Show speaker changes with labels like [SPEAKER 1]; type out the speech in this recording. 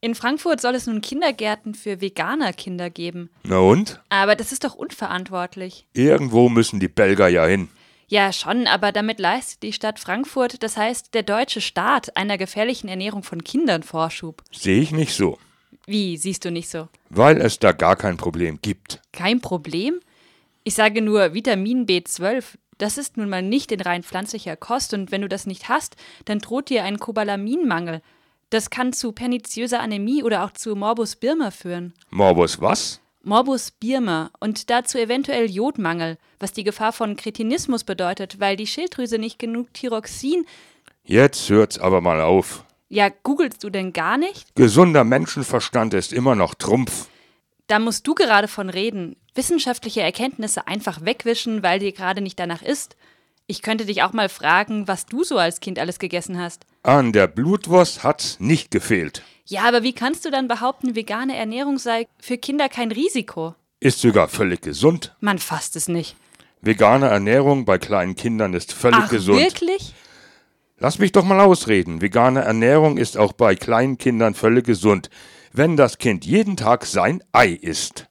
[SPEAKER 1] In Frankfurt soll es nun Kindergärten für Veganer-Kinder geben.
[SPEAKER 2] Na und?
[SPEAKER 1] Aber das ist doch unverantwortlich.
[SPEAKER 2] Irgendwo müssen die Belger ja hin.
[SPEAKER 1] Ja, schon, aber damit leistet die Stadt Frankfurt, das heißt der deutsche Staat, einer gefährlichen Ernährung von Kindern Vorschub.
[SPEAKER 2] Sehe ich nicht so.
[SPEAKER 1] Wie, siehst du nicht so?
[SPEAKER 2] Weil es da gar kein Problem gibt.
[SPEAKER 1] Kein Problem? Ich sage nur Vitamin B12. Das ist nun mal nicht in rein pflanzlicher Kost und wenn du das nicht hast, dann droht dir ein Cobalaminmangel. Das kann zu perniziöser Anämie oder auch zu Morbus Birma führen.
[SPEAKER 2] Morbus was?
[SPEAKER 1] Morbus Birma und dazu eventuell Jodmangel, was die Gefahr von Kretinismus bedeutet, weil die Schilddrüse nicht genug Thyroxin.
[SPEAKER 2] Jetzt hört's aber mal auf.
[SPEAKER 1] Ja, googelst du denn gar nicht?
[SPEAKER 2] Gesunder Menschenverstand ist immer noch Trumpf.
[SPEAKER 1] Da musst du gerade von reden. Wissenschaftliche Erkenntnisse einfach wegwischen, weil dir gerade nicht danach ist. Ich könnte dich auch mal fragen, was du so als Kind alles gegessen hast.
[SPEAKER 2] An der Blutwurst hat's nicht gefehlt.
[SPEAKER 1] Ja, aber wie kannst du dann behaupten, vegane Ernährung sei für Kinder kein Risiko?
[SPEAKER 2] Ist sogar völlig gesund.
[SPEAKER 1] Man fasst es nicht.
[SPEAKER 2] Vegane Ernährung bei kleinen Kindern ist völlig
[SPEAKER 1] Ach,
[SPEAKER 2] gesund.
[SPEAKER 1] wirklich?
[SPEAKER 2] Lass mich doch mal ausreden. Vegane Ernährung ist auch bei kleinen Kindern völlig gesund, wenn das Kind jeden Tag sein Ei isst.